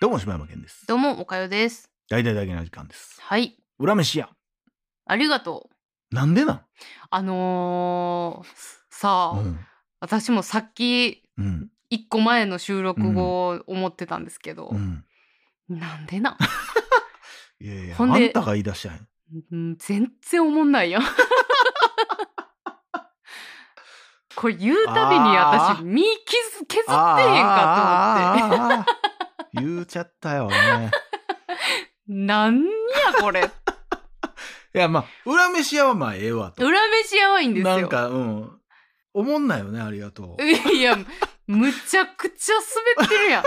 どうも柴山健ですどうも、おかよです。大々だけな時間ですはい、裏飯屋ありがとう。なんでなんあのー、さあ、うん私もさっき、うん一個前の収録後、思ってたんですけど、うんなんでな、いやいやあほんでんたが言い出したんやうん、全然おもん ないやん。これ言うたびにあ私、ー身削削ってへんかと思っあーあーあーあー言うちゃったよねて。なんや これ。いやまあ裏飯屋はまあええわと裏飯やばいんですよ。なんかうんおもんないよねありがとういや、むちゃくちゃ滑ってるやん。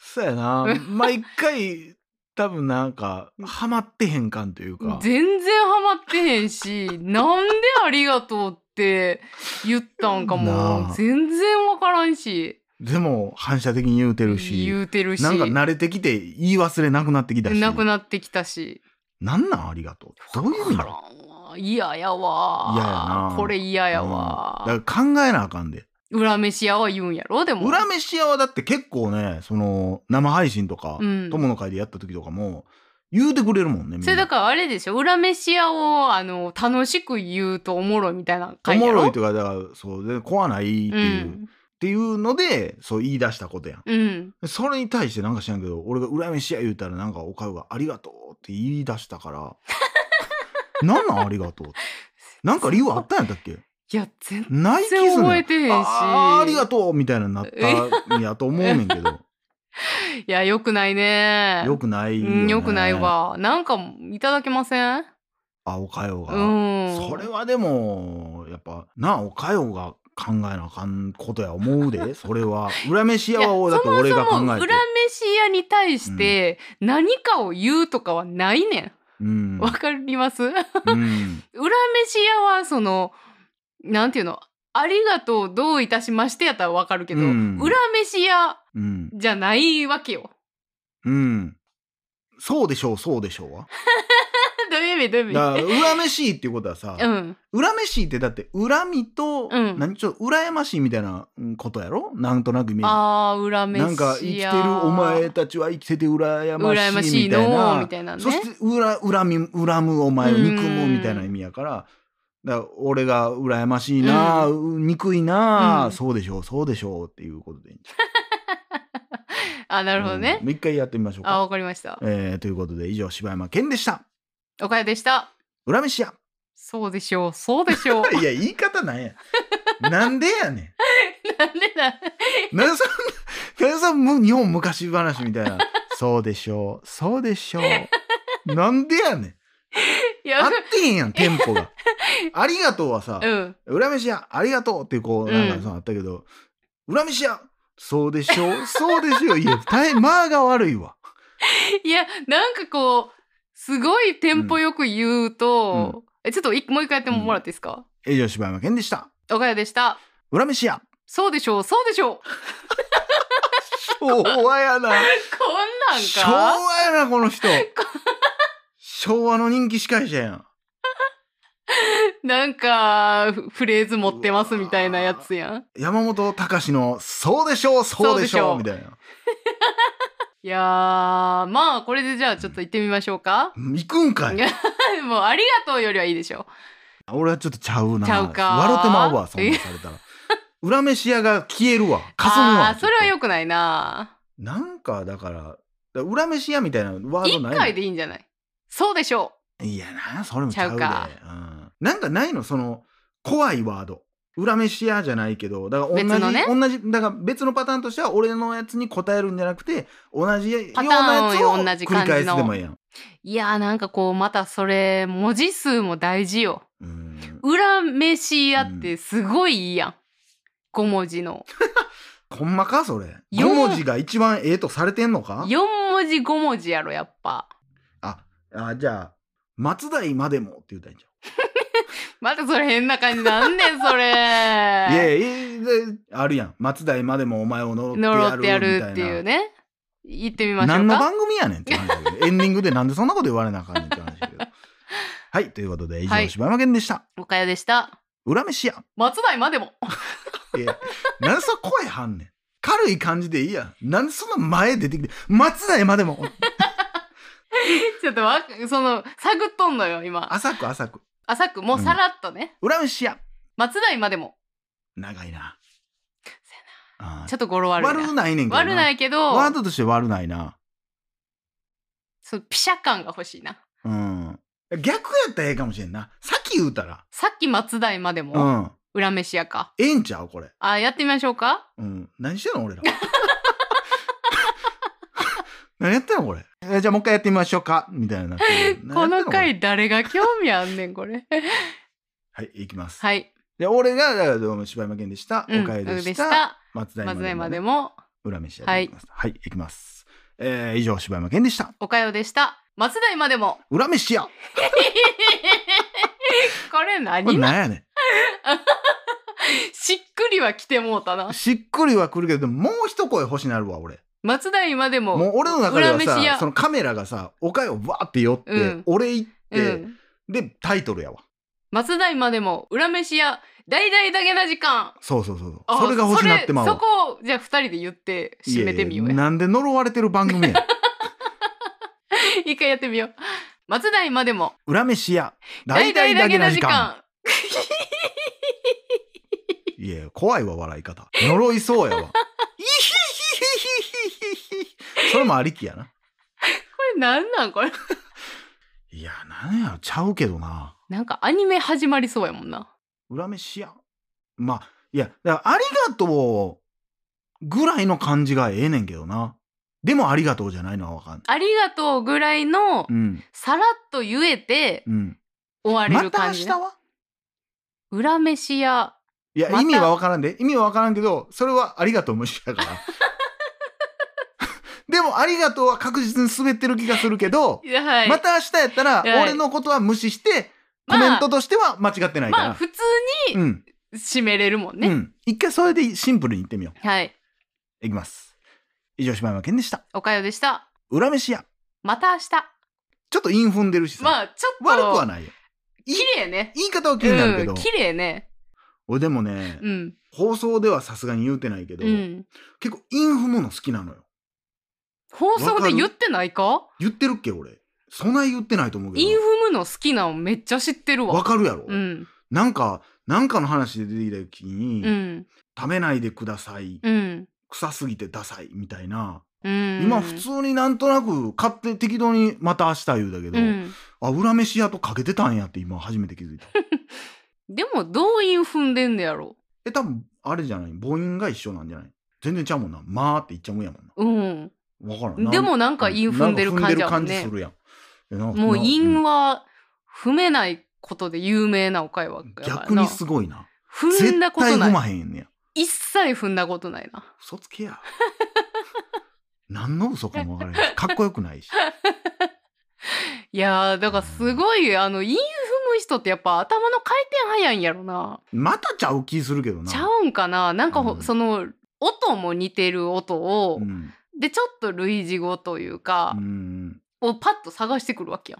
そうやな 毎回多分なんかハマってへん感というか全然ハマってへんしなんでありがとうって言ったんかなあも全然わからんしでも反射的に言うてるし言うてるしなんか慣れてきて言い忘れなくなってきたしなくなってきたしなんなんありがとうどういう意味なわのからんわ嫌やわ嫌やなこれ嫌やわ、うんだから考えなあかんで裏飯屋は言うんやろでも裏飯屋はだって結構ねその生配信とか、うん友の会でやった時とかも言うてくれるもんねみんなそれだからあれでしょ裏飯屋をあの楽しく言うとおもろいみたいなお回やもろろいというかだからそうで怖ないっていう、っんていうのでそう言い出したことやんうんそれに対してなんか知らんけど俺が「裏飯や」言うたらなんかおかゆが「ありがとう」って言い出したから なんなんありがとうってなんか理由あったんやったっけいや全然ない気すん覚ねえんてへんしあーありがとうみたいなのになったんやと思うねんけどいやよくないねよくないよ、うねん、よくないわ。なんかいただけません。あおかよが、うん。それはでもやっぱなあおかよが考えなあかんことや思う でそれは裏飯屋いやはだって俺が考そもそもえて裏飯屋に対して何かを言うとかはないねうんん。わ、かります？ 裏うん飯屋はそのなんていうの。ありがとうどういたしましてやったらわかるけど、うん裏飯屋うんじゃないわけよ。 うんそうでしょうそうでしょうはどういう意味どういうだ意味から裏飯っていうことはさ、うん。裏飯ってだって恨みと、うん何ちょっと羨ましいみたいなことやろなんとなくイメージああ裏飯屋。なんか生きてるお前たちは生きてて羨ま羨ましいしいみたいのなみたいなね。そして恨恨み恨むお前をうん憎むみたいな意味やからだから俺が羨ましいな、憎いな、うんそうでしょうそうでしょうっていうことでいいんじゃあななるほどね。うんもう一回やってみましょうあか、わかりました。えーということで以上柴山健でしたおかよでした。恨めしやそうでしょう、そうでしょう。いや言い方なん やなんでやねなんでだ。んなんでそんななんでそんなむ日本昔話みたい なそうでしょうそうでしょうなんでやねんい合やっ、てへんやんテンポ がありがとうはさ、うん。裏飯屋ありがとうっていうこううんなんかそうあったけど、裏飯屋そうでし ょうそうでしょういや大変間が悪いわいや、なんかこう、すごいテンポよく言うと、え、ちょっといもう一回やってもらっていいですか、以上柴山健でしたおかよでした。裏飯屋そうでしょう、そうでしょう。こ昭和やなんなん昭か。和やなこの人昭和の人気司会者やんなんか、フフレーズ持ってますみたいなやつやん。山本隆の「そうでしょうそうでしょう」そうみでたいないやー、まあ、これでじゃあちょっと行ってみましょうか。 行くんかいいやもう、ありがとうよりはいいでしょ俺はちょっとちゃうなちゃうか笑ってまうわそんなんされ たら裏飯屋が消えるわかすむわあーそれちょっはと良くないな。なんかだからだから裏飯屋みたいなワード一ないの回でいいんじゃないそうでしょいやなそれもちゃうでちゃうん、なんかないのその怖いワード裏飯屋じゃないけどだから同じ別のね同じだから別のパターンとしては俺のやつに答えるんじゃなくて同じようなパターンをやつを同繰りじ感じの返すでもいいやん。う。いやー、なんかこう、またそれ、文字数も大事よ。うん裏飯屋ってすごいいいやん、5文字のほんまかそれ5よ文字が一番ええとされてんのか4文字5文字やろやっぱああじゃあ「松代までも」って言うたらいいんじまたそれ変な感じなん ねんそれゃん。いやいやいやであるやん「松代までもお前を呪ってやる」みた呪いなってやるっていうね言ってみましょ何うのか番組やねんって話だけどエンディングでなんでそんなこと言われなあかんねんって話だけどはいということで以は上い柴山健でした、岡谷でした裏飯や松代までも いや何でそんな声はんねん帰軽い感じでいいやん。なんでそんな前出てきて、松田山でも。ちょっとわその探っとんのよ今浅く浅く。浅くもうさらっとね、裏飯や。松田今でも長いな。あちーょっと語呂悪いな悪ないねんけど。悪ないいけどワードとして悪ないな。そのピシャ感が欲しいなうん。逆やったらええかもしれんな。先言うたら。さっき松田今でうもん。裏飯屋かええんちゃうこれ。あやってみましょうかうん。何してんの俺ら。 何やってんのこれ。えじゃあもう一回やってみましょうか。みたいな。 ここの。回誰が興味あんねんこ れはい、いきます。はいで、俺が、どうも柴山健でした。うんおかゆででし。したた松田松山田今でも。も裏飯やっていきます。はい、いきます。えー以上、柴山健でした。おかよでした松田今でも裏飯や。これこれ何ななんやね。しっくりは来てもうたなんしっくりはくるけど、もう一声欲しなるわ、俺。松田今でももう俺の中では裏飯さや、そのカメラがさ、おかよわーって寄って、うん俺行っうて、んで、タイトルやわ。松田今でも裏飯屋大々だけな時間そうそうそうそあう。それが欲しなってまうそわれそこをじゃあ二人で言って締めてみよういやいややなんで呪われてる番組や。 一回やってみよう松田今でも裏飯や。大大々々だだけなけな時時間。間いや、怖いわ、笑い方。呪いそうやわ。イヒヒヒヒヒヒそれもありきやな。これなんなんこれいや、なんや、ちゃうけどな。なんかアニメ始まりそうやもんな裏飯や。まあ、いや、だからありがとうぐらいの感じがええねんけどな。でもありがとうじゃないのはわかんない。ありがとうぐらいのうん。さらっと言えてうん。終われまるた感明じ、日ね裏飯屋はいや、また意味はわからんで。意味はわからんけど、それはありがとう無視や から。でも、ありがとうは確実に滑ってる気がするけど、いやはいまた明日やったら、はい俺のことは無視して、まあコメントとしては間違ってないから。まあ普通うん。に締めれるもんうね、ん。一回それでシンプルに言ってみよはい。う。いきます。以上、柴山健でした。おかよでした。裏飯屋。また明日。ちょっと韻踏んでるしさ。まあ、ちょっと。悪くはないよ。綺麗ね。言い方は気になるけうどん。綺麗ね。俺でもね、うん。放送ではさすがに言うてないけど、うん。結構韻踏むの好きなのよ。放送わかでる言ってないか言ってるっけ俺。そない言ってないと思うけどインな。フムの好きなのめっちゃ知ってるわ。わかるやろ、うん。なんか、なんかの話で出てきた時に、うん。食べないでください。うん。臭すぎてダサい。みたいな。うん。今普通になんとなく買って適当にまた明日言うだけど、うん。あ裏飯屋とかけてたんやって今初めて気づいたでも、どうインフんでんねやろ。え多分あれじゃない母音が一緒なんじゃない全然ちゃうもんな「まあ」って言っちゃうんやもんうん。なわからんでもなんなかインフんでる感じやもんなんか踏。ねんでる感じするやんえなんかもうなイうンんは踏めないことで有名なおかよわけやから逆なにすごいな踏んだ絶こ対踏とない。まへんねや一切踏んだことないな。嘘つけや何の嘘かもわからへんしかっこよくないしいやーだからすごい、あの韻踏む人ってやっぱ頭の回転早いんやろな、またちゃう気するけどなちゃうんかななんかほ、うんその音も似てる音を、うんでちょっと類似語というかう、んをパッと探してくるわけや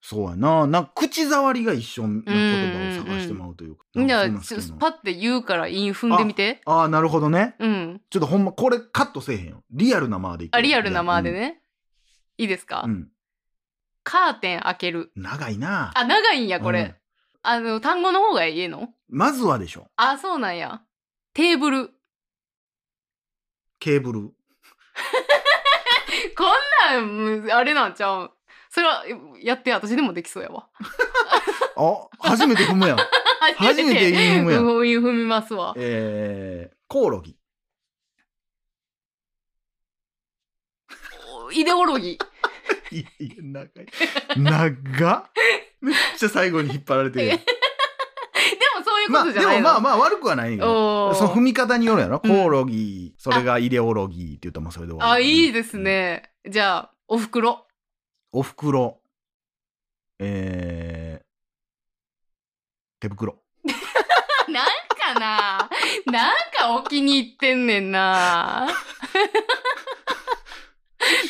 そうやな。なんか口触りが一緒の言葉を探してまうというか。んじゃなんあかそちうょなんすけどパッて言うから韻踏んでみてああ、なるほどね。うんちょっとほんま、これカットせえへんよ。リアルなまーでいくあリアルなまで。ね、いいですか、うん。うんカーテン開ける長いな。あ長いんやこれ、うんあの単語の方がいいのまずはでしょ。あそうなんやテーブル ケーブル。こんなんあれなんちゃうそれはやって私でもできそうやわ あ、初めて踏むやん。初めて言う もんやうん韻踏みますわえー、コオロギ。イデオロギー いやいや、長い。長っ。めっちゃ最後に引っ張られてるやん。でもそういうこまとあ、じでゃないもの、まあまあ悪くはないねんけど。おーその踏み方によるやろ。うんコオロギ、それがイデオロギーって言ったらもうそれで終わあり。いいです。ねじゃあおふくろおふくろ、えー、手袋。 なんかななんかお気に入ってんねんな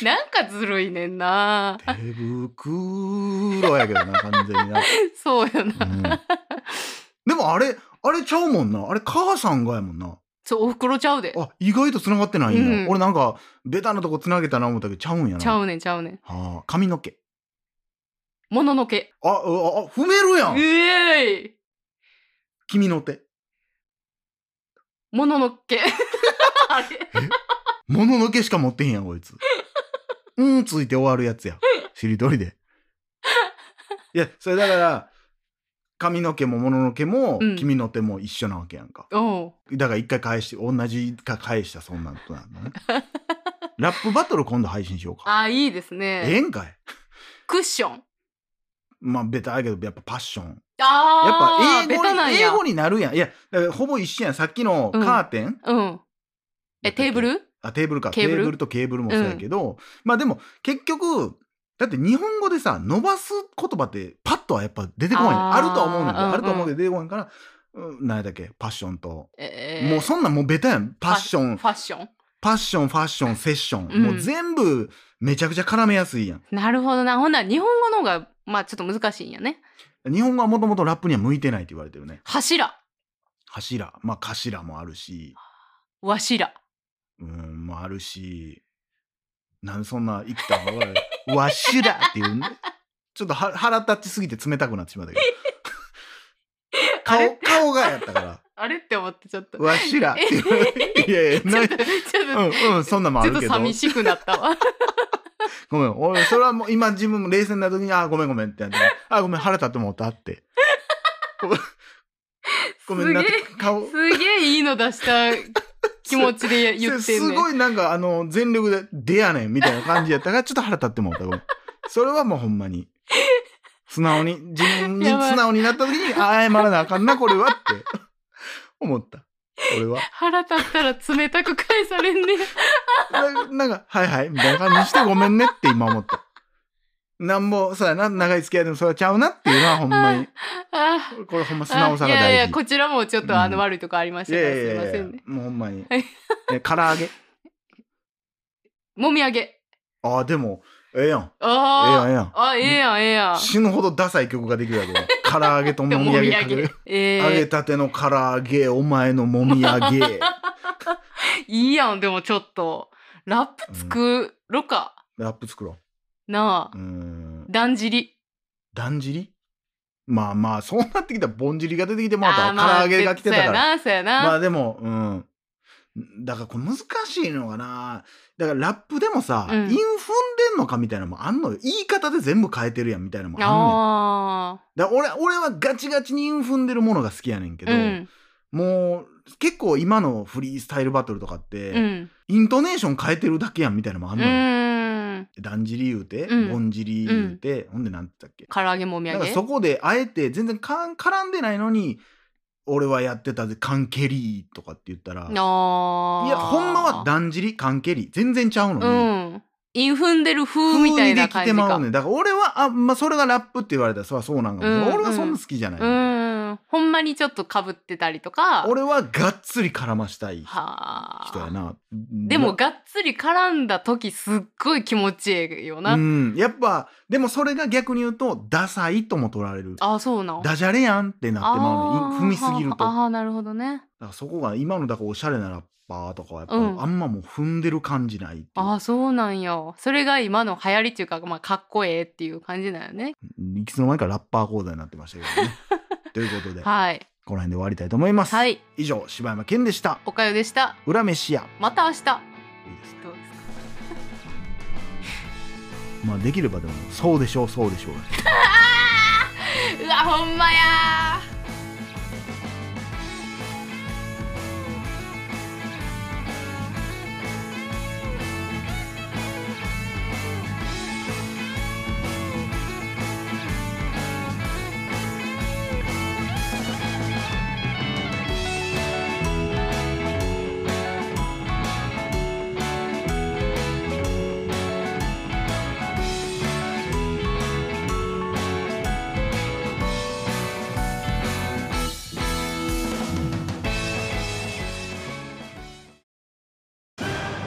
なんかずるいねんな手袋やけどな、完全にな。そうよな、うんでもあれ、あれちゃうもんな。あれ母さんがやもんな。そうおふくろちゃうであ意外と繋がってないんや、うん俺なんかベタなとこ繋げたな思ったけどちゃうんやなちゃうねんちゃうねんはあ、髪の毛もののけあああ踏めるやうんえい君の手ものの けあれもののけしか持ってへんやんこいつ うんついて終わるやつ やしりとりでいやそれだから髪の毛ももののけも、うん君の手も一緒なわけやんかおうだから一回返して同じか返したそんなことなんだ ねラップバトル今度配信しようかあいいですええねんかいクッションまあベタやけどやっぱパッションやっあぱー英ベ語タなんに英や語になるやんいやだからほぼ一緒やんさっきのうんカーテン、うんえテーブルあテーブルかケテーブルーブルとケーブルもそうやけど、まあでも結局だって日本語でさ伸ばす言葉ってパッとはやっぱ出てこないああーあるとは思うねんけどうんうんあるとは思うけど出てこないから、うん、何やだっけパッションと、えーもうそんなんもうベタやんパッションファッションパッションファッションセッション、うんもう全部めちゃくちゃ絡めやすいやんなるほどなほんなら日本語の方がまあちょっと難しいんやね日本語はもともとラップには向いてないって言われてるね柱柱まあ頭もあるしわしらうんもあるしなんでそんな生きたの分からんわしらっていうねちょっとは腹立ちすぎて冷たくなってしまったけど あれ顔顔がやった からあれって思ってちょっとわしらっていういやいや ちょなっいとちょっと、うんうんそんなんもあちょるっとけど寂しくなったわごめん俺それはもう今自分も冷静な時に「あーごめんごめん」ってやって「あーごめん腹立ってもうた」ってごめんごめんなって顔すげえいいの出した気持ちで言ってんすねごいなんかあの全力で「でやねん」みたいな感じやったからちょっと腹立ってもうたごめ んそれはもうほんまに素直に自分にやばい素直になった時にあ謝らなあかんなこれはって思った俺は腹立ったら冷たく返されんねななんか「はいはい」みたいな感じにして「ごめんね」って今思ったなんぼそうやな長い付き合いでもそれはちゃうなっていうのはほんまにあこれほんま素直さがいやいや大事こちらもちょっうとんあの悪いとこありましたから、すいませんねもうほんま にはいえ唐揚げもみあげああでもええやんええやんええあやんーあええやんええやん死ぬほどダサい曲ができるや けど唐揚げともみもあげみかあけげるえ揚げえたての唐揚げお前のもみあ げいいやんでもちょっとラップ作ろか、ラップ作ろなあううーんだんじりだんじりまあまあそうなってきたらぼんじりが出てきてもらったあら、ーまあ唐揚げが来てたからそうやなそうやな、まあでもうんだからこれ難しいのかなだからラップでもさ、うん韻踏んでんのかみたいなのもあんのよ言い方で全部変えてるやんみたいなのもあんねんだあから俺俺はガチガチに韻踏んでるものが好きやねんけーど、うんもう結構今のフリースタイルバトルとかって、うんイントネーション変えてるだけやんみたいなのもあうんのよ。んだんじり言うて、うんぼんじり言うて、ほんでなんて言ったっけ。唐揚げもみなあんかげそこであえて全然かん絡んでないのに、俺はやってたぜ、カンケリーとかって言ったら、いや、あーほんまはだんじり、カンケリー、全然ちゃうのに。うんインフンデル風みたいな感じ風にできてまかうねんだから俺はあまあそれがラップって言われたらそらそうなんかもしれない、うん俺はそんな好きじゃない、うんほんまにちょっとかぶってたりとか俺はがっつり絡ましたいは人やあなでもがっつり絡んだ時すっごい気持ちええよな、うん、やっぱでもそれが逆に言うとダサいとも取られるああそうなんダジャレやんってなってまうねあーん踏みすぎるとだかああなるほどねらそこが今のだからおしゃれなラッパーとかはやっぱ、うんあんまもう踏んでる感じないっていうああそうなんやそれが今の流行りっていうか、まあ、かっこええっていう感じなんよねいつの間にかラッパー講座になってましたけど ねということでこはいの辺で終わりたいと思います、はい以上柴山健でしたおかよでした裏飯屋また明い日いですねどうですかまあできればでもそうでしょうそうでしょうがうわほんまやー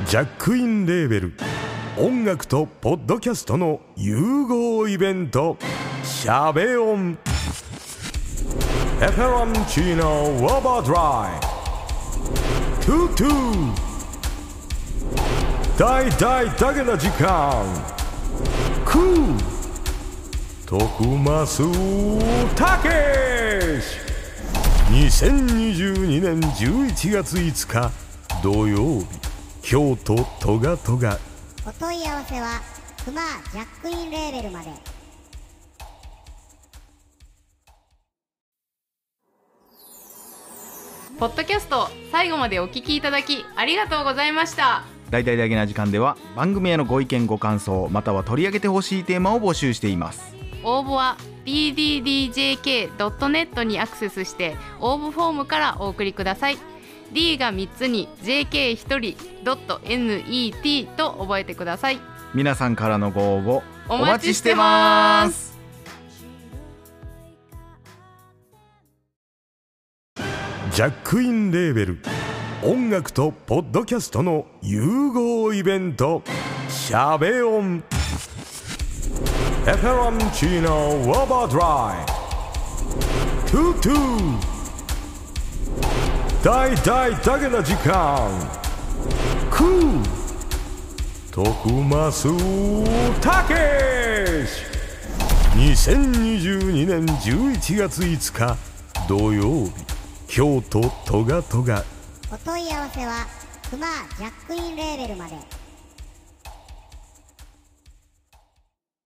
ジャックインレーベル音楽とポッドキャストの融合イベント「シャベオン」「エフェロンチーノウォーバードライ」トゥトゥ大大だけな時間クー徳マスたけし2022年11月5日土曜日京都トガトガお問い合わせはクマジャックインレーベルまでポッドキャスト最後までお聞きいただきありがとうございました大体だけな時間では番組へのご意見ご感想または取り上げてほしいテーマを募集しています応募は ddjk.net にアクセスして応募フォームからお送りください D が3つに JK1 人 .net と覚えてください皆さんからのご応募お待ちしてますジャックインレーベル音楽とポッドキャストの融合イベント「シャベオン」「エフェロンチーノウォーバードライ」「トゥトゥ」「大大だけな時間」「クー」「徳マスたけし」2022年11月5日土曜日京都トガトガお問い合わせはクマジャックインレーベルまで